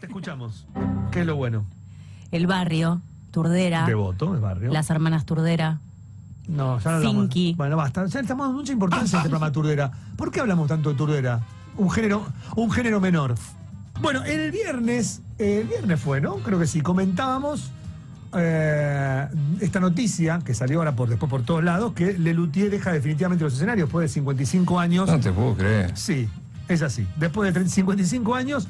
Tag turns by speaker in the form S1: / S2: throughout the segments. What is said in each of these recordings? S1: Te escuchamos. ¿Qué es lo bueno?
S2: El barrio, Turdera,
S1: Devoto, el barrio.
S2: las hermanas Turdera.
S1: No, ya no hablamos.
S2: Finky.
S1: Bueno, basta. Ya estamos dando mucha importancia a este programa de Turdera. ¿Por qué hablamos tanto de Turdera? Un género, un género menor. Bueno, el viernes, eh, el viernes fue, ¿no? Creo que sí. Comentábamos eh, esta noticia que salió ahora por después por todos lados, que Lelutier deja definitivamente los escenarios después de 55 años.
S3: Ah,
S4: No te puedo creer.
S1: Sí, es así. Después de 30, 55 años.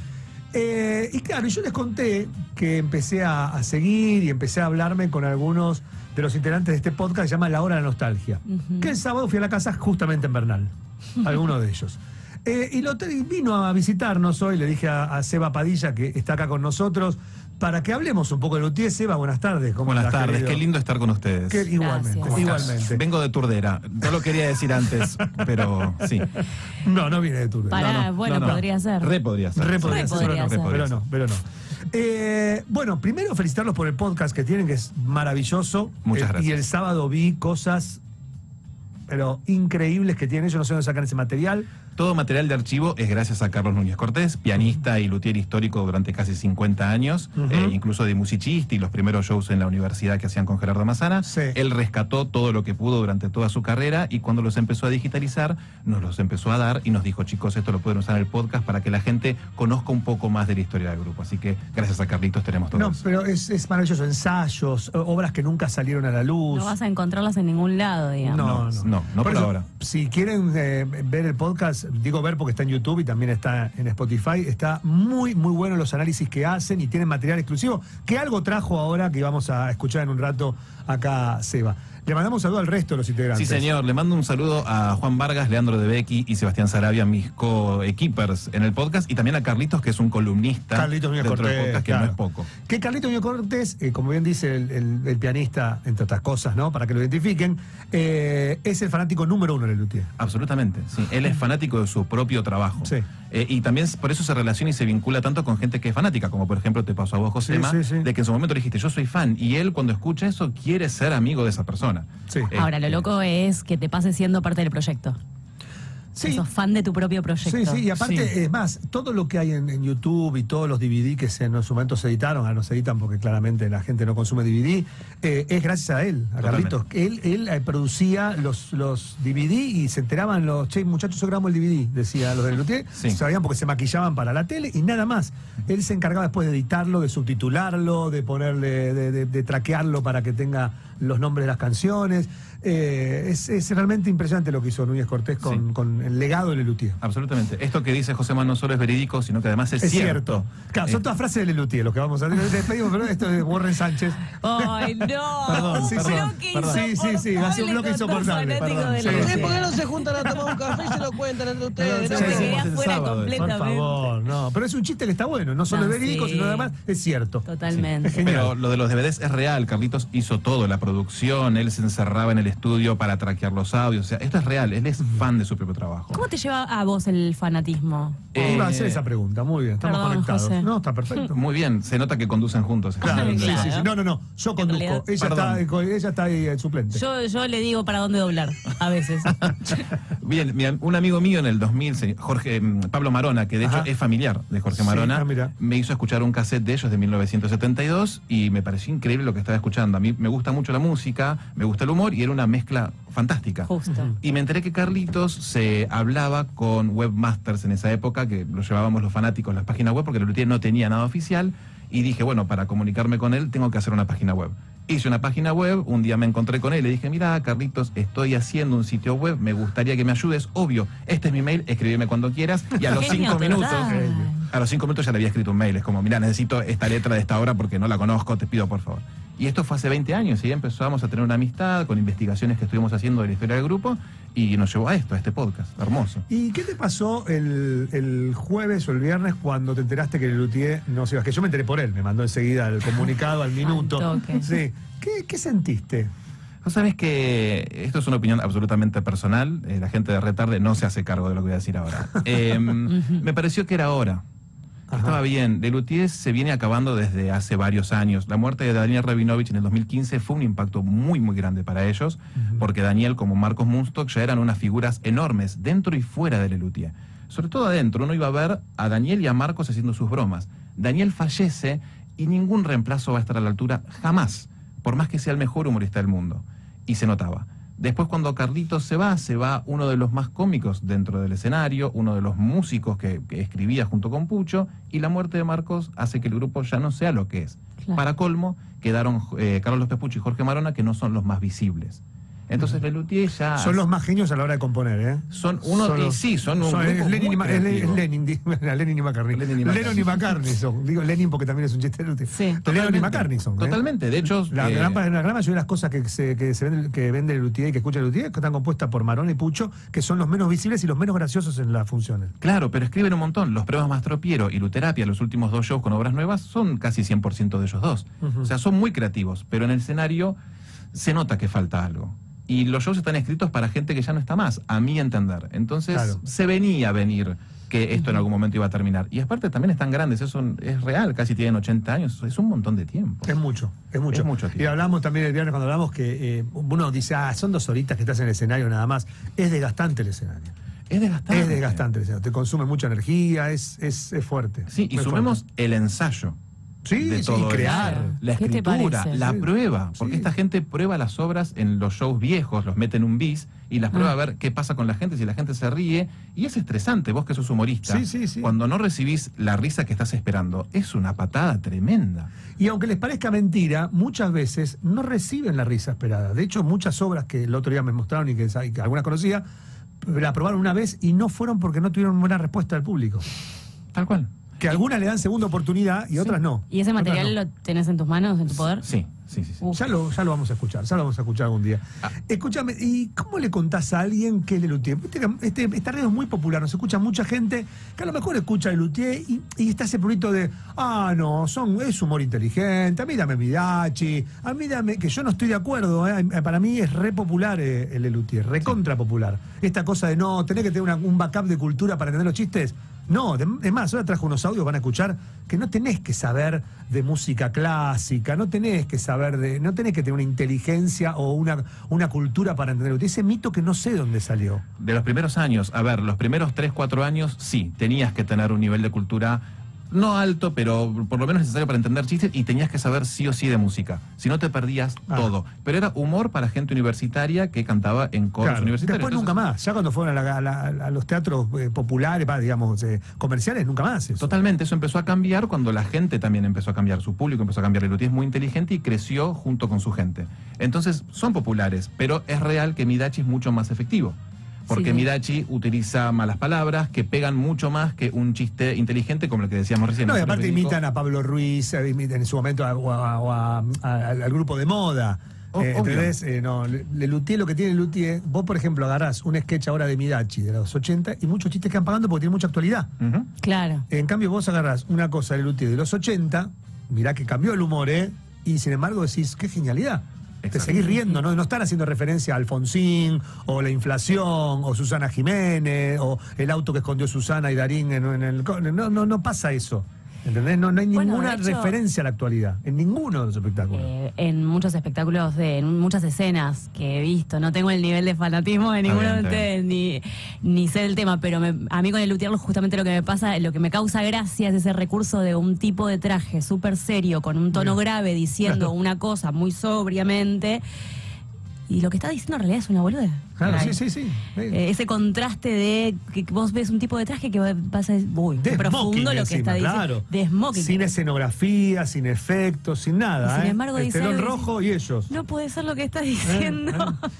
S1: eh, y claro, yo les conté que empecé a, a seguir y empecé a hablarme con algunos de los integrantes de este podcast que se llama La Hora de la Nostalgia. Que el sábado fui a la casa justamente en Bernal. Alguno de ellos. Eh, y lo te- vino a visitarnos hoy, le dije a, a Seba Padilla, que está acá con nosotros, para que hablemos un poco de Lutier. Seba, buenas tardes. ¿cómo
S3: Buenas
S1: estás,
S3: tardes,
S1: querido?
S3: qué lindo estar con ustedes.
S1: Qué- igualmente,
S2: Gracias.
S3: ¿Cómo estás?
S1: igualmente.
S3: Vengo de Turdera. No lo quería decir antes, pero sí.
S1: No, no viene de tu
S2: Pará, bueno, podría ser.
S3: Re podría ser.
S1: Re podría
S2: Re
S1: ser,
S2: podría
S1: pero,
S2: ser.
S1: No, pero no, pero no. Eh, bueno, primero felicitarlos por el podcast que tienen, que es maravilloso. Eh,
S3: Muchas gracias.
S1: Y el sábado vi cosas, pero increíbles que tienen ellos, no sé dónde sacan ese material.
S3: Todo material de archivo es gracias a Carlos Núñez Cortés, pianista y luthier histórico durante casi 50 años,
S1: Ujú.
S3: eh, incluso de musicista y los primeros shows en la universidad que hacían con Gerardo Mazana.
S1: Sí.
S3: Él rescató todo lo que pudo durante toda su carrera y cuando los empezó a digitalizar, nos los empezó a dar y nos dijo, chicos, esto lo pueden usar en el podcast para que la gente conozca un poco más de la historia del grupo. Así que gracias a Carlitos tenemos todo
S1: No,
S3: eso.
S1: pero es, es maravilloso. Ensayos, o- obras que nunca salieron a la luz.
S2: No vas a encontrarlas en ningún lado, digamos.
S1: No, no,
S3: No, no, no por ahora.
S1: Si quieren eh, ver el podcast, digo ver porque está en YouTube y también está en Spotify, está muy, muy bueno los análisis que hacen y tienen material exclusivo, que algo trajo ahora que vamos a escuchar en un rato acá Seba. Le mandamos saludo al resto de los
S3: Sí,
S1: integrantes.
S3: señor. Le mando un saludo a Juan Vargas, Leandro De Becky y Sebastián Sarabia, mis co-equippers en el podcast. Y también a Carlitos, que es un columnista
S1: Carlitos Núñez
S3: dentro del
S1: Cortés,
S3: podcast, que
S1: claro.
S3: no es poco.
S1: Que Carlito Ño Cortés, eh, como bien dice el, el- el pianista, entre otras cosas, ¿no? Para que lo identifiquen, eh, es el fanático número uno de Lutier.
S3: Absolutamente, sí. Él es fanático de su propio trabajo.
S1: Sí.
S3: Eh, y también es- por eso se relaciona y se vincula tanto con gente que es fanática, como por ejemplo te pasó a vos, Josema,
S1: sí, sí.
S3: de que en su momento le dijiste, yo soy fan. Y él, cuando escucha eso, quiere ser amigo de esa persona.
S1: Sí.
S3: Eh,
S2: Ahora, lo loco es que te pase siendo parte del proyecto.
S1: Sí.
S2: Sos fan de tu propio proyecto.
S1: Sí, sí, y aparte,
S3: Sí.
S1: es más, todo lo que hay en, en YouTube y todos los DVD que se, en su momento se editaron, ahora no se editan porque claramente la gente no consume DVD, eh, es gracias a él, a
S3: Totalmente.
S1: Carlitos. Él, él eh, producía los, los DVD y se enteraban los, che, muchachos, yo grabo el DVD, decía los del Lutier,
S3: Sí.
S1: sabían porque se maquillaban para la tele y nada más. Él se encargaba después de editarlo, de subtitularlo, de ponerle, de, de- de traquearlo para que tenga los nombres de las canciones. Eh, es, es realmente impresionante lo que hizo Núñez Cortés con,
S3: Sí.
S1: con el legado del Lutier.
S3: eh, Absolutamente. Esto que dice Josema no solo es verídico, sino que además es,
S1: Es cierto. Claro, son
S3: Eh,
S1: todas frases de Lelutier lo que vamos a despedimos, pero esto es Warren Sánchez.
S2: ¡Ay, no!
S3: Perdón,
S2: un
S3: sí,
S2: bloque
S3: perdón,
S1: perdón. Sí, sí, sí, hace un bloque insoportable,
S2: insoportable. con
S1: perdón,
S2: dos fanáticos
S1: sí,
S2: de la
S1: sí.
S5: Che,
S2: música.
S5: ¿Por qué no se juntan a tomar un café y se lo cuentan entre
S1: No,
S5: ustedes?
S2: Yo
S1: sí,
S2: me
S1: sí,
S2: quedé
S3: hacemos el
S2: afuera
S3: sábado, por
S1: Por
S2: completamente.
S1: favor, no. Pero es un chiste que está bueno, no solo
S2: No,
S1: es verídico,
S2: sí.
S1: sino además es cierto.
S2: Totalmente.
S1: Genial.
S3: Pero lo de los DVDs es real, Carlitos hizo todo, la producción, él se encerraba en el estudio para traquear los audios, o sea, esto es real, él es fan de su propio trabajo.
S2: ¿Cómo te lleva a vos el fanatismo?
S3: Eh,
S1: Iba a hacer esa pregunta, muy bien, estamos
S2: Perdón,
S1: conectados.
S2: José.
S1: No, está perfecto.
S3: Muy bien, se nota que conducen juntos.
S1: Claro,
S2: Claro.
S1: sí, sí, sí. No, no, no, yo conduzco.
S2: realidad-
S1: Ella está, ella está ahí eh, suplente.
S2: Yo, yo le digo para dónde doblar, a veces.
S3: Bien, mira, un amigo mío en el 2000, se- Jorge mm, Pablo Marona, que de
S1: Ajá.
S3: hecho es familiar de Jorge
S1: Sí,
S3: Marona,
S1: ah, mira.
S3: me hizo escuchar un cassette de ellos de 1972 y me pareció increíble lo que estaba escuchando. A mí me gusta mucho la música, me gusta el humor y era una mezcla fantástica.
S2: Justo.
S3: Y me enteré que Carlitos se hablaba con webmasters en esa época, que lo llevábamos los fanáticos las páginas web, porque el Lutier no tenía nada oficial. Y dije, bueno, para comunicarme con él tengo que hacer una página web. Hice una página web, un día me encontré con él y le dije, mira, Carlitos, estoy haciendo un sitio web, me gustaría que me ayudes. Obvio, este es mi mail, escríbeme cuando quieras. Y a los
S2: Genio
S3: cinco minutos,
S2: total.
S3: a los cinco minutos ya le había escrito un mail. Es como, mira, necesito esta letra de esta hora porque no la conozco, te pido por favor. Y esto fue hace 20 años y ya empezamos a tener una amistad con investigaciones que estuvimos haciendo de la historia del grupo y nos llevó a esto, a este podcast. Hermoso.
S1: ¿Y qué te pasó el, el jueves o el viernes cuando te enteraste que Lelutier no se iba? Que yo me enteré por él, me mandó enseguida el comunicado al minuto.
S2: toque.
S1: Sí. ¿Qué, ¿Qué sentiste?
S3: Vos sabés que esto es una opinión absolutamente personal. eh, la gente de Retarde no se hace cargo de lo que voy a decir ahora. Em, me pareció que era hora. que
S1: Ajá.
S3: Estaba bien. Lelutier se viene acabando desde hace varios años. La muerte de Daniel Rabinovich en el 2015 fue un impacto muy, muy grande para ellos, porque Daniel, como Marcos Munstock, ya eran unas figuras enormes dentro y fuera de Lelutier. sobre todo adentro, uno iba a ver a Daniel y a Marcos haciendo sus bromas. Daniel fallece y ningún reemplazo va a estar a la altura jamás, por más que sea el mejor humorista del mundo. Y se notaba. Después cuando Carlitos se va, se va uno de los más cómicos dentro del escenario, uno de los músicos que, que escribía junto con Pucho, y la muerte de Marcos hace que el grupo ya no sea lo que es.
S2: Claro.
S3: Para colmo, quedaron eh, Carlos López Pucho y Jorge Marona, que no son los más visibles. Entonces Lelutier
S2: Ah.
S3: ya...
S1: Son los más genios a la hora de componer, ¿eh?
S3: Son uno- y sí, son un grupo
S1: es
S3: muy
S1: Lenin, y, Ma- es Le-
S3: creativo.
S1: es Lenin, di- bueno, Lenin y McCartney.
S3: Lenin y
S1: Lennon y McCartney son. Digo Lenin porque también es un chiste.
S2: Sí.
S1: Lennon y
S3: Totalmente.
S1: McCartney son. ¿eh?
S3: Totalmente, de hecho...
S1: La,
S3: eh,
S1: gran, la gran mayoría de las cosas que, se, que, se venden- que vende Lutier y que escucha Lutier que están compuestas por Marón y Pucho, que son los menos visibles y los menos graciosos en las funciones.
S3: Claro, pero escriben un montón. Los pruebas Mastro Piero y Luterapia, los últimos dos shows con obras nuevas, son casi 100% de ellos dos.
S1: Ujú.
S3: O sea, son muy creativos, pero en el escenario se nota que falta algo. Y los shows están escritos para gente que ya no está más, a mi entender. Entonces,
S1: Claro.
S3: se venía a venir que esto en algún momento iba a terminar. Y aparte también están grandes, eso es real, casi tienen 80 años, es un montón de tiempo.
S1: Es mucho, es mucho.
S3: Es mucho tiempo.
S1: y hablamos también el viernes cuando hablamos que eh, uno dice, ah, son dos horitas que estás en el escenario nada más. Es desgastante el escenario.
S3: Es desgastante.
S1: Es desgastante el escenario. Te consume mucha energía, es, es, es fuerte.
S3: Sí, y
S1: Muy
S3: sumemos
S1: fuerte.
S3: el ensayo.
S1: Sí,
S3: de
S1: sí,
S3: todo
S1: y crear.
S3: esto. La
S2: ¿Qué te
S3: escritura,
S2: parece?
S3: la
S1: Sí.
S3: prueba. Porque
S1: Sí.
S3: esta gente prueba las obras en los shows viejos, los mete en un bis y las
S2: Ah.
S3: prueba a ver qué pasa con la gente, si la gente se ríe. Y es estresante, vos que sos humorista.
S1: Sí, sí, sí.
S3: Cuando no recibís la risa que estás esperando, es una patada tremenda.
S1: Y aunque les parezca mentira, muchas veces no reciben la risa esperada. De hecho, muchas obras que el otro día me mostraron y que, y que algunas conocía, la probaron una vez y no fueron porque no tuvieron buena respuesta del público.
S3: Tal cual.
S1: Que algunas le dan segunda oportunidad y otras no.
S2: ¿Y ese
S1: Otras no.
S2: material lo tenés en tus manos, en tu poder?
S3: Sí, sí, sí. sí.
S2: Uh.
S1: Ya lo, ya lo vamos a escuchar, ya lo vamos a escuchar algún día.
S3: Ah.
S1: Escúchame, ¿y cómo le contás a alguien que es Lelutier? Viste que este, esta radio es muy popular, nos escucha mucha gente que a lo mejor escucha Lelutier y, y está ese prurito de, ah, no, son, es humor inteligente, a mí dame mi dachi, a mí dame, que yo no estoy de acuerdo, eh, para mí es re popular eh, el Lelutier, re contra popular. Esta cosa de no, tenés que tener una- un backup de cultura para entender los chistes. No, de- es más, ahora trajo unos audios, van a escuchar, que no tenés que saber de música clásica, no tenés que saber de, no tenés que tener una inteligencia o una, una cultura para entenderlo. Ese mito que no sé dónde salió.
S3: De los primeros años, a ver, los primeros 3, 4 años, sí, tenías que tener un nivel de cultura no alto, pero por lo menos necesario para entender chistes y tenías que saber sí o sí de música. Si no, te perdías
S1: Ah.
S3: todo. Pero era humor para gente universitaria que cantaba en coros
S1: Claro. Después
S3: universitarios.
S1: nunca
S3: Entonces,
S1: más, ya cuando fueron a, la- a la- a los teatros eh, populares, va, digamos, eh, comerciales, nunca más. eso.
S3: Totalmente, eso empezó a cambiar cuando la gente también empezó a cambiar, su público empezó a cambiar. Lelutier es muy inteligente y creció junto con su gente. Entonces, son populares, pero es real que Midachi es mucho más efectivo. Porque
S2: Sí.
S3: Midachi utiliza malas palabras que pegan mucho más que un chiste inteligente como el que decíamos recién.
S1: No, y
S3: Nosotros
S1: aparte
S3: le digo-
S1: imitan a Pablo Ruiz, eh, imitan en su momento a- o a- o a- a- al al grupo de moda.
S3: O-
S1: Eh,
S3: obvio.
S1: ¿Entendés? Eh, no, Le Le Luthier, lo que tiene Lutier, vos por ejemplo agarrás un sketch ahora de Mirachi de los 80 y muchos chistes que han pagando porque tiene mucha actualidad.
S3: Ujú.
S2: Claro.
S1: En cambio vos agarrás una cosa de Lutier de los 80, mirá que cambió el humor, ¿eh? Y sin embargo decís, qué genialidad. Te
S3: Exacto.
S1: seguís riendo, ¿no? No están haciendo referencia a Alfonsín, o la inflación, o Susana Jiménez, o el auto que escondió Susana y Darín en, en el. co- No, no, no pasa eso. ¿Entendés? No, no hay
S2: Bueno,
S1: ninguna
S2: de hecho-
S1: referencia a la actualidad, en ninguno de los espectáculos.
S2: Eh, en muchos espectáculos, de, en muchas escenas que he visto. No tengo el nivel de fanatismo de
S3: Está
S2: ninguno de
S3: bien, está
S2: ustedes, ni, ni sé el tema, pero me- a mí con el Luthier justamente lo que me pasa, lo que me causa gracia es ese recurso de un tipo de traje súper serio, con un tono
S1: Bien.
S2: grave, diciendo una cosa muy sobriamente. Y lo que está diciendo en realidad es una boluda.
S1: Claro,
S2: Ay.
S1: sí, sí, sí.
S2: Eh, ese contraste de que vos ves un tipo de traje que vas a decir, uy, qué
S1: De smoking
S2: profundo lo que
S1: encima,
S2: está diciendo.
S1: claro.
S2: De smoking.
S1: Sin escenografía, sin efectos, sin nada.
S2: Y sin
S1: ¿eh?
S2: embargo
S1: El
S2: dice
S1: telón
S2: algo y dice-
S1: rojo y ellos.
S2: No puede ser lo que está
S1: Eh,
S2: diciendo.
S1: eh.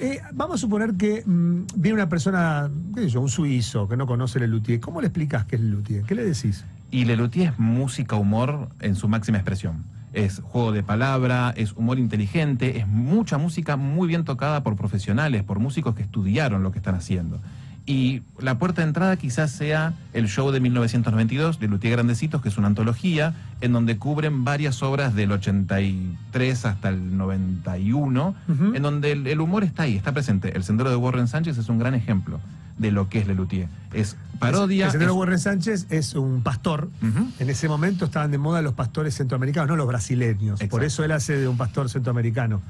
S1: Eh, vamos a suponer que mm, viene una persona, qué sé yo, un suizo que no conoce el Luthier. ¿Cómo le explicas qué es el Luthier? ¿Qué le decís?
S3: Y Lelutier es música, humor en su máxima expresión. Es juego de palabra, es humor inteligente, es mucha música muy bien tocada por profesionales, por músicos que estudiaron lo que están haciendo. Y la puerta de entrada quizás sea el show de 1992 de Luthier Grandecitos, que es una antología en donde cubren varias obras del 83 hasta el 91,
S1: Ujú.
S3: en donde el, el humor está ahí, está presente. El Sendero de Warren Sánchez es un gran ejemplo de lo que es Lelutier. Es parodia.
S1: El señor
S3: es-
S1: Warren Sánchez es un pastor.
S3: Ujú.
S1: En ese momento estaban de moda los pastores centroamericanos, no los brasileños.
S3: Exacto.
S1: Por eso él hace de un pastor centroamericano.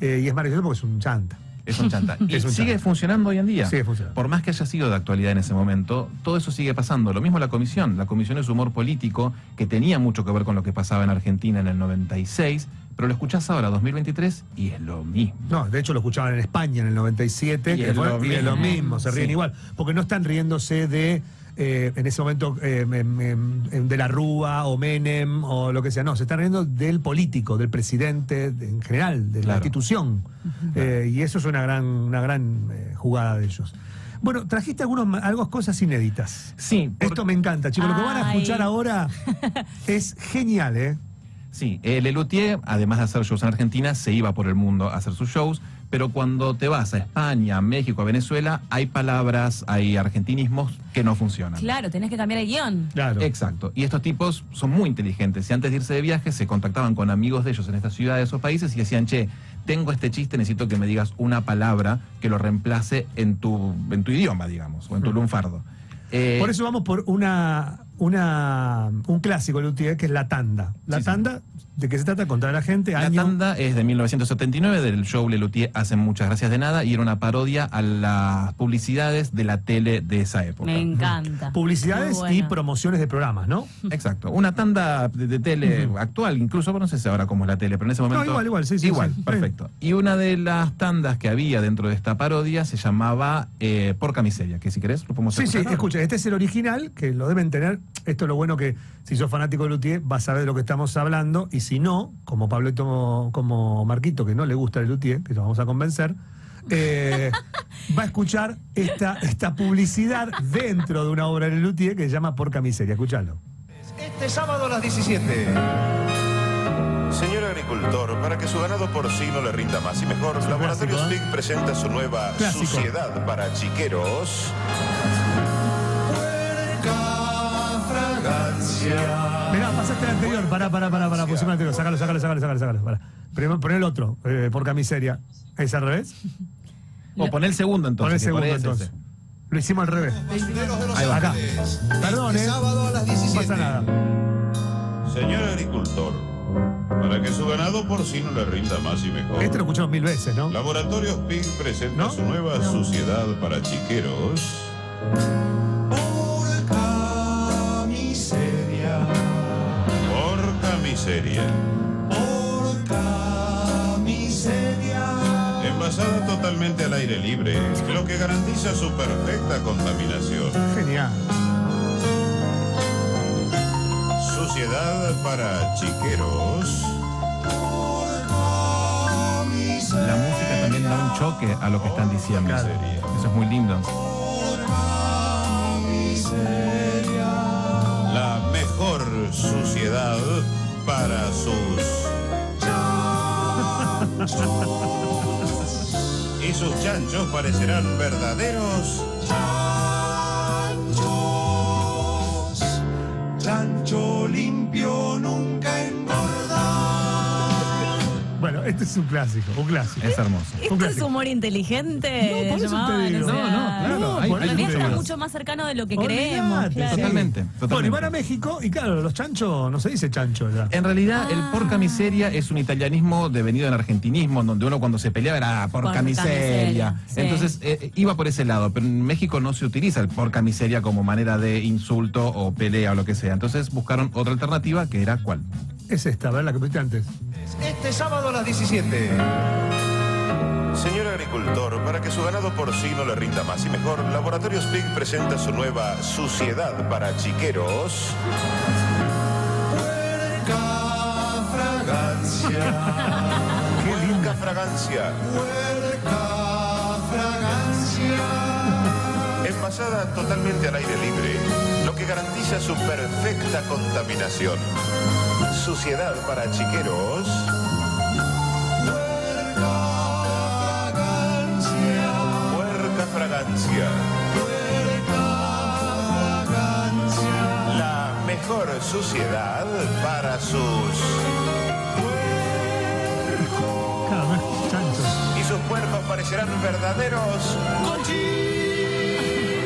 S1: Eh, y es maravilloso porque es un chanta.
S3: Es un chanta. Y
S1: Es un
S3: sigue
S1: chanta.
S3: funcionando hoy en día.
S1: Sigue funcionando.
S3: Por más que haya sido de actualidad en ese momento, todo eso sigue pasando. Lo mismo la comisión. La comisión es humor político que tenía mucho que ver con lo que pasaba en Argentina en el 96, pero lo escuchás ahora, 2023, y es lo mismo.
S1: No, de hecho lo escuchaban en España en el 97,
S3: Y
S1: que
S3: es
S1: fue-
S3: lo
S1: y es lo
S3: mismo.
S1: mismo, se ríen
S3: Sí.
S1: igual. Porque no están riéndose de, eh, en ese momento, eh, em, em, em, de la Rúa o Menem o lo que sea. No, se están riendo del político, del presidente de- en general, de la
S3: Claro.
S1: institución. Eh, y eso es una gran, una gran eh, jugada de ellos. Bueno, trajiste algunos, ma- algunas cosas inéditas.
S3: Sí, por-
S1: Esto me encanta, chicos. Lo que van a
S2: Ay.
S1: escuchar ahora es genial, ¿eh?
S3: Sí, eh, Leloutier, además de hacer shows en Argentina, se iba por el mundo a hacer sus shows, pero cuando te vas a España, a México, a Venezuela, hay palabras, hay argentinismos que no funcionan.
S2: Claro, tenés que cambiar el guión.
S1: Claro.
S3: Exacto. Y estos tipos son muy inteligentes. Y antes de irse de viaje, se contactaban con amigos de ellos en estas ciudades o países y decían, che, tengo este chiste, necesito que me digas una palabra que lo reemplace en tu, en tu idioma, digamos, o en tu lunfardo. Eh,
S1: Por eso vamos por una, una un clásico Lutier, que es la tanda. La
S3: Sí, sí.
S1: tanda, ¿de qué se trata? Contar a la gente.
S3: La
S1: este año,
S3: tanda es de 1979 del show Lelutier Hacen Muchas Gracias de Nada y era una parodia a las publicidades de la tele de esa época.
S2: Me encanta.
S1: Publicidades
S2: Muy
S1: y
S2: bueno.
S1: promociones de programas, ¿no?
S3: Exacto, una tanda de, de tele actual, incluso bueno, no sé si ahora cómo es la tele, pero en ese momento.
S1: igual, igual, sí, sí,
S3: Igual,
S1: sí.
S3: perfecto. Y una de las tandas que había dentro de esta parodia se llamaba eh, Porca Miseria, que si querés lo podemos
S1: Sí, sí,
S3: escuchar ahora.
S1: escucha, este es el original, que lo deben tener. Esto es lo bueno que si sos fanático de Lutier vas a saber de lo que estamos hablando. Y si no, como Pablo como Marquito, que no le gusta el Lutier, que lo vamos a convencer, eh, va a escuchar esta, esta publicidad dentro de una obra de Lutier que se llama Porca Miseria. Escuchalo.
S4: Este sábado a las 17.
S6: Señor agricultor, para que su ganado porcino le rinda más y mejor, Laboratorios
S1: clásico, ¿eh?
S6: Fig presenta su nueva
S1: Clásico.
S6: suciedad para chiqueros.
S1: Mirá, pasaste el anterior. Pará, pará, pará, pará. Pusimos el anterior. Sácalo, sácalo, sácalo, sácalo, sácalo. Pará. Primero, pon el otro, eh, porca miseria. ¿Es al revés?
S3: O pon el segundo entonces.
S1: Pon el segundo,
S3: que por ahí es
S1: entonces.
S3: ese.
S1: Lo hicimos al revés. Ahí va, acá. Perdón, eh.
S4: Sábado a las
S1: No
S4: 17.
S1: pasa nada.
S6: Señor agricultor, para que su ganado porcino le rinda más y mejor.
S1: Este lo escuchamos mil veces, ¿no?
S6: Laboratorios Pig presenta
S1: ¿No?
S6: su nueva suciedad para chiqueros.
S4: Porca miseria.
S6: Porca miseria.
S4: Porca miseria.
S6: Envasada totalmente al aire libre, lo que garantiza su perfecta contaminación.
S1: Genial.
S6: Suciedad para chiqueros.
S4: Porca miseria.
S3: La música también da un choque a lo que
S1: Oh,
S3: están diciendo.
S6: Claro.
S3: Eso es muy lindo.
S4: Porca miseria.
S6: La mejor suciedad para sus y sus chanchos parecerán verdaderos.
S4: Chanchos. Chancho limpio nunca engorda.
S1: Bueno, este es un clásico, un clásico.
S3: Es hermoso.
S1: Un
S2: Esto es
S1: clásico.
S2: humor inteligente.
S1: No, por eso
S2: llamaban,
S1: te digo.
S2: o sea,
S1: No, no,
S3: claro, hay-
S2: Para
S3: hay
S2: mí está
S3: mucho.
S2: mucho más cercano de lo que
S1: Olvidate,
S2: creemos.
S1: sí.
S2: claro.
S3: Totalmente, totalmente.
S1: Bueno, y van a México y claro, los chanchos, no se dice chancho ya.
S3: En realidad,
S2: Ah.
S3: el porca miseria es un italianismo devenido en argentinismo, en donde uno cuando se peleaba era "Ah, porca,
S2: Porca
S3: miseria.
S2: miseria, sí.
S3: Entonces, eh, iba por ese lado, pero en México no se utiliza el porca miseria como manera de insulto o pelea o lo que sea. Entonces, buscaron otra alternativa que era cuál.
S1: Es esta, ¿verdad? La que pusiste antes.
S4: Este sábado a las 17.
S6: Señor agricultor, para que su ganado porcino le rinda más y mejor, Laboratorios Pig presenta su nueva suciedad para chiqueros.
S4: Puerca fragancia.
S6: ¡Qué linda fragancia!
S4: Puerca fragancia.
S6: Envasada totalmente al aire libre, lo que garantiza su perfecta contaminación. Suciedad para chiqueros.
S4: Puerca fragancia.
S6: Puerca fragancia. La mejor suciedad para sus.
S1: Claro, no es chancho.
S6: Y sus puercos parecerán verdaderos.
S1: Qué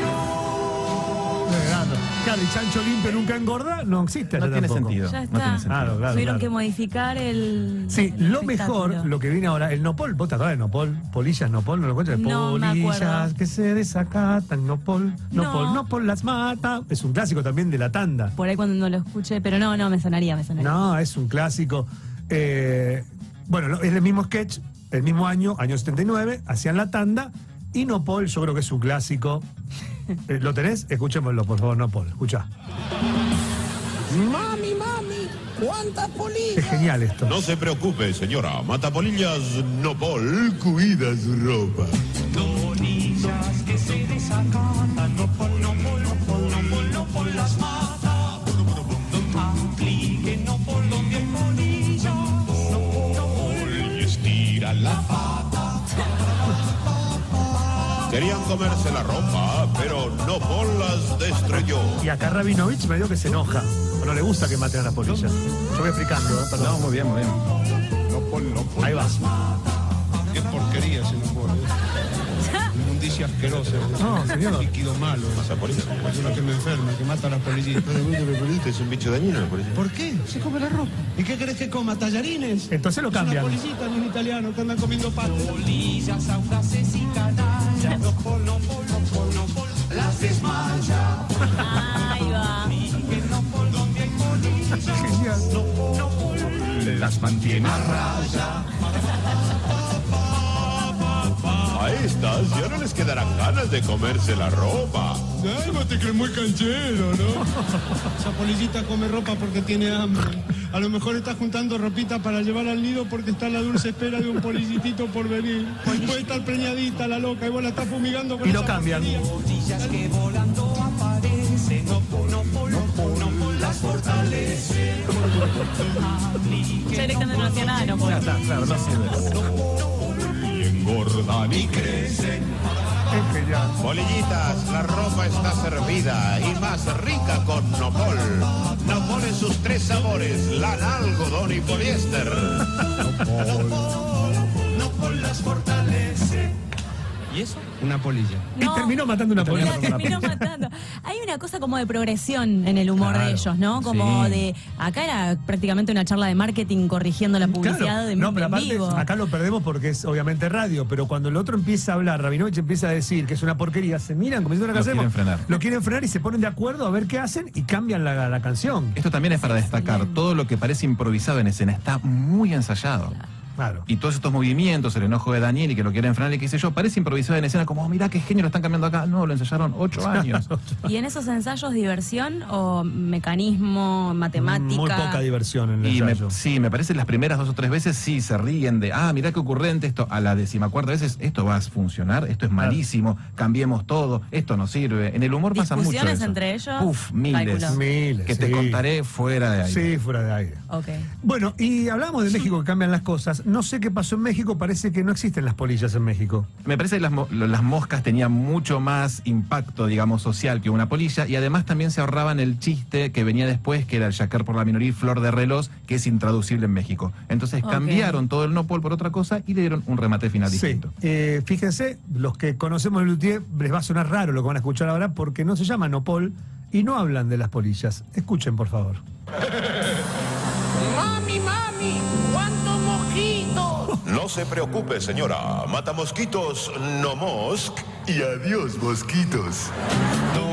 S1: grande. Claro, Claro, el chancho limpio nunca engorda, no existe.
S3: No
S1: ya
S3: tiene
S1: tampoco.
S3: sentido.
S2: Ya
S3: No
S2: está.
S3: tiene sentido.
S1: Claro, claro.
S2: Tuvieron que
S1: claro.
S2: modificar el.
S1: Sí,
S2: el
S1: lo mejor,
S2: espectáculo.
S1: lo que viene ahora, el Nopol, vos te acordás de Nopol, polillas Nopol, no lo encuentras,
S2: No me
S1: polillas
S2: acuerdo.
S1: que se desacatan, Nopol, Nopol,
S2: No.
S1: Nopol las mata. Es un clásico también de la tanda.
S2: Por ahí cuando no lo escuché, pero no, no, me sonaría, me sonaría.
S1: No, es un clásico. Eh, bueno, lo- es el mismo sketch, el mismo año, año 79, hacían la tanda. Y Nopol, yo creo que es un clásico. Eh, ¿Lo tenés? Escuchémoslo, por favor, Nopol. Escuchá.
S5: Mami, mami, ¿cuántas
S1: Es
S5: polillas?
S1: genial esto.
S6: No se preocupe, señora. Matapolillas Nopol cuida su ropa. Nopol y estira la pata. Querían comerse la ropa, pero Nopol las destruyó.
S1: Y acá Rabinovich me dio que se enoja. O no le gusta que maten a las polillas. Yo voy explicando, ¿eh? Perdón.
S3: No, muy bien, muy bien.
S7: Nopol, Nopol.
S1: Ahí va.
S7: Qué porquería ese Nopol. ¿eh? Inmundicia asquerosa.
S1: No, señor.
S7: Líquido malo.
S6: Matapolillas.
S7: Es una que me enferma, que mata a las polillitas.
S6: Es un bicho dañino,
S7: ¿Por qué? Se come la ropa. ¿Y qué crees que coma? ¿Tallarines?
S1: Entonces lo cambian.
S7: Es una polillita, no un italiano que anda comiendo pato.
S2: Ahí va.
S7: Las mantiene.
S6: A estas ya no les quedarán ganas de comerse la ropa.
S7: Ay, vos te crees muy canchero, ¿no? Esa polillita come ropa porque tiene hambre. A lo mejor está juntando ropita para llevar al nido porque está a la dulce espera de un polillitito por venir. Puede estar preñadita la loca y vos la estás fumigando con
S1: Y lo
S7: esa
S1: cambian.
S7: porquería.
S2: Ya directamente no hacía nada, no puedo.
S6: Y engordan y crecen.
S1: Es genial.
S6: Bolillitas, la ropa está servida y más rica con Nopol. Nopol en sus tres sabores, lana, algodón y poliéster.
S7: ¿Y eso? Una polilla.
S1: Y terminó matando una
S2: Y
S1: polilla.
S2: la Ah, terminó matando. Hay una cosa como de progresión en el humor de
S3: Claro,
S2: ellos, ¿no? Como
S3: sí.
S2: de. Acá era prácticamente una charla de marketing corrigiendo la publicidad
S1: Claro.
S2: de
S1: no, pero
S2: en
S1: aparte,
S2: vivo.
S1: acá lo perdemos porque es obviamente radio, pero cuando el otro empieza a hablar, Rabinovich empieza a decir que es una porquería, se miran como diciendo, "¿Qué
S3: Lo
S1: hacemos?".
S3: quieren frenar.
S1: Lo quieren frenar y se ponen de acuerdo a ver qué hacen y cambian la, la canción.
S3: Esto también es para destacar, todo lo que parece improvisado en escena está muy ensayado.
S1: Claro.
S3: Y todos estos movimientos, el enojo de Daniel y que lo quieren frenar y qué sé yo, parece improvisado en escena como, oh, mirá qué genio lo están cambiando acá. No, lo ensayaron ocho años.
S2: ¿Y en esos ensayos diversión o mecanismo, matemática?
S1: Muy poca diversión en el
S3: Y me-
S1: ensayo.
S3: sí, me parece las primeras dos o tres veces sí se ríen de, ah, mirá qué ocurrente esto. A la decimacuarta veces, esto va a funcionar, esto es malísimo, cambiemos todo, esto no sirve. En el humor pasa mucho.
S2: ¿Discusiones
S3: eso.
S2: entre ellos?
S3: Uf, miles.
S2: Calculo.
S1: Miles,
S3: Que te
S1: sí.
S3: contaré fuera de ahí.
S1: Sí, fuera de aire.
S2: Ok.
S1: Bueno, y hablamos de México que cambian las cosas. No sé qué pasó en México, parece que no existen las polillas en México.
S3: Me parece que las, mo- las moscas tenían mucho más impacto, digamos, social que una polilla y además también se ahorraban el chiste que venía después, que era el yacar por la minoría y flor de reloj, que es intraducible en México. Entonces
S2: Ok.
S3: cambiaron todo el nopol por otra cosa y le dieron un remate final
S1: Sí,
S3: distinto.
S1: eh, fíjense, los que conocemos el Luthier les va a sonar raro lo que van a escuchar ahora porque no se llama Nopol y no hablan de las polillas. Escuchen, por favor.
S5: Mami, mami, ¿cuántos mosquitos?
S6: No se preocupe, señora. Mata mosquitos, no mosc. Y adiós, mosquitos.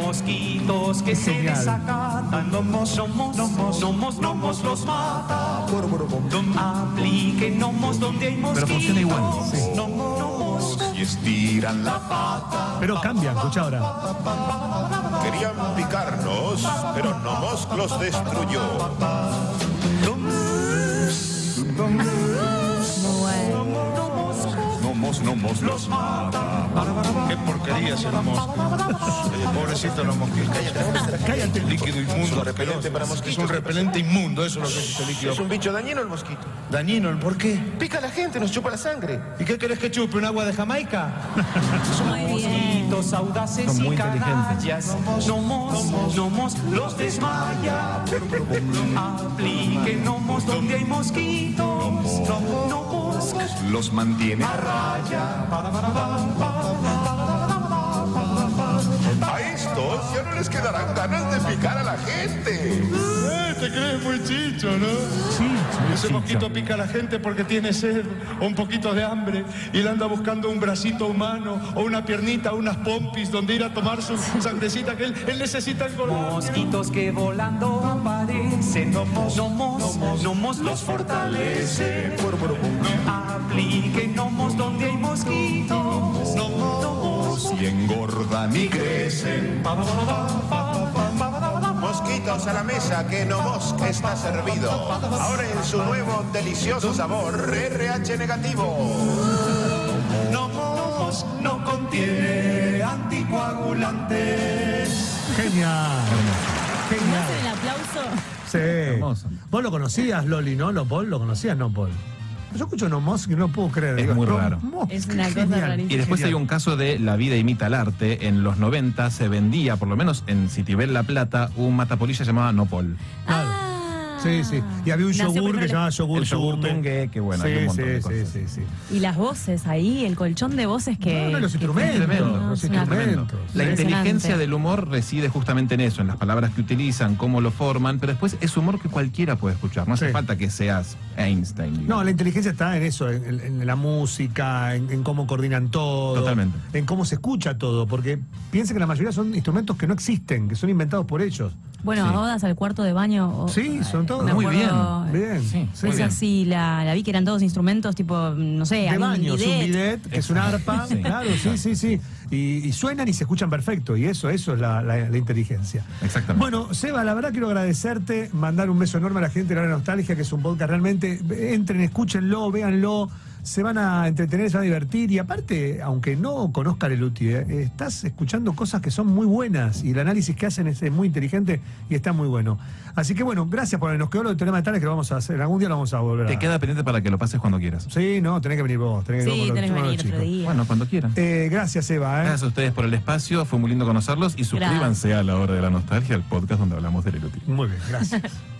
S8: Mosquitos que
S1: Es
S8: se
S1: genial.
S8: desacatan, nomos, nomos, nomos, nomos, nomos los mata. Dom- Aplique nomos donde hay mosquitos.
S3: Pero funciona igual, sí.
S8: Nomos, nomos.
S6: Y estiran la
S1: Pero cambian, escucha ahora.
S6: Querían picarnos, pero Nomos los destruyó.
S2: Muy bueno.
S7: Nomos, nomos, los mata. Qué porquería ese nomos. Pobrecito los mosquitos. Cállate. Líquido inmundo, repelente para mosquitos. Es un repelente inmundo, eso es lo que es ese líquido.
S9: Es un bicho dañino el mosquito.
S7: Dañino, ¿por qué?
S9: Pica a la gente, nos chupa la sangre.
S7: ¿Y qué querés que chupe? ¿Un agua de Jamaica?
S2: Muy bien.
S8: Mosquitos audaces
S3: Son muy
S8: y
S3: inteligentes.
S8: canallas. Nomos, nomos los desmaya. Aplique nomos donde hay mosquitos. Nomos, nomos.
S6: Los mantiene. A estos ya no les quedarán ganas de picar a la gente.
S7: Eh, te crees muy chicho, ¿no?
S1: Sí,
S7: Ese mosquito pica a la gente porque tiene sed o un poquito de hambre y le anda buscando un bracito humano o una piernita, unas pompis donde ir a tomar su sangrecita que él, él necesita el
S8: Mosquitos que volando aparecen, nomos, nomos, nomos los fortalecen. No apliquen nomos donde hay mosquitos, nomos, nomos.
S6: Y engordan y crecen.
S8: Pa, pa, pa, pa, pa, pa, pa, pa, pa.
S6: Mosquitos a la mesa, que no mosca está servido. Ahora en su nuevo delicioso sabor, RH negativo.
S8: Nomos no contiene anticoagulantes.
S1: Genial.
S2: ¿No
S1: Genial.
S2: hacen el aplauso?
S1: Sí.
S3: Hermoso.
S1: Vos lo conocías, Loli, ¿no? ¿Lo, Paul? ¿Lo conocías, no, Paul? Yo escucho Nomos y no puedo creer.
S3: Es muy raro.
S1: Mosca,
S2: Es una cosa
S1: genial.
S2: rarísima.
S3: Y después hay
S1: Genial.
S3: un caso de La vida imita el arte. En los 90 se vendía, por lo menos en Citibel La Plata, un matapolilla llamado Nopol.
S1: Claro.
S2: Ah.
S1: Sí, sí. Y había un
S2: Nació
S1: yogur que
S2: primero
S1: se llamaba yogur
S3: el yogur
S1: Turmen.
S3: Tungue, que bueno,
S1: sí,
S3: hay un
S1: sí,
S3: montón de
S1: sí,
S3: cosas.
S1: sí, sí.
S2: Y las voces ahí, el colchón de voces que.
S1: No, no, los
S2: que-
S1: instrumentos,
S3: Tremendo.
S1: los
S2: es una-
S1: instrumentos.
S3: La
S2: Impresionante.
S3: inteligencia del humor reside justamente en eso, en las palabras que utilizan, cómo lo forman, pero después es humor que cualquiera puede escuchar. No hace
S1: Sí.
S3: falta que seas Einstein. digamos.
S1: No, la inteligencia está en eso, en, en la música, en, en cómo coordinan todo.
S3: Totalmente.
S1: En cómo se escucha todo, porque piensen que la mayoría son instrumentos que no existen, que son inventados por ellos.
S2: Bueno,
S3: Sí.
S2: bodas al cuarto de baño. o-
S1: Sí, son todos.
S2: me
S3: Muy
S2: acuerdo-
S1: Bien.
S3: Sí,
S1: sí.
S3: muy
S2: Esa
S3: bien.
S2: sí, la, la vi que eran todos instrumentos tipo, no sé,
S1: de
S2: había un
S1: baños, un
S2: bidet.
S1: bidet, que es una arpa,
S3: Sí.
S1: claro, sí, sí, sí. Y, y suenan y se escuchan perfecto, y eso, eso es la, la- la inteligencia.
S3: Exactamente.
S1: Bueno, Seba, la verdad quiero agradecerte, mandar un beso enorme a la gente de la nostalgia, que es un podcast realmente, entren, escúchenlo, véanlo, se van a entretener, se van a divertir, y aparte, aunque no conozcan el UTI, eh, estás escuchando cosas que son muy buenas, y el análisis que hacen es, es muy inteligente y está muy bueno. Así que bueno, gracias por nos quedó lo de Teorema de Tales, que lo vamos a hacer, algún día lo vamos a volver a...
S3: Te queda pendiente para que lo pases cuando quieras.
S1: Sí, no, tenés que venir vos. Tenés que
S2: Sí,
S1: venir vos con los-
S2: tenés que
S1: con los
S2: venir otro
S1: chicos.
S2: día.
S3: Bueno, cuando quieran.
S1: Eh, gracias, Eva. ¿eh?
S3: Gracias a ustedes por el espacio, fue muy lindo conocerlos y suscríbanse a La Hora de la Nostalgia, el podcast donde hablamos del inútil.
S1: Muy bien, gracias.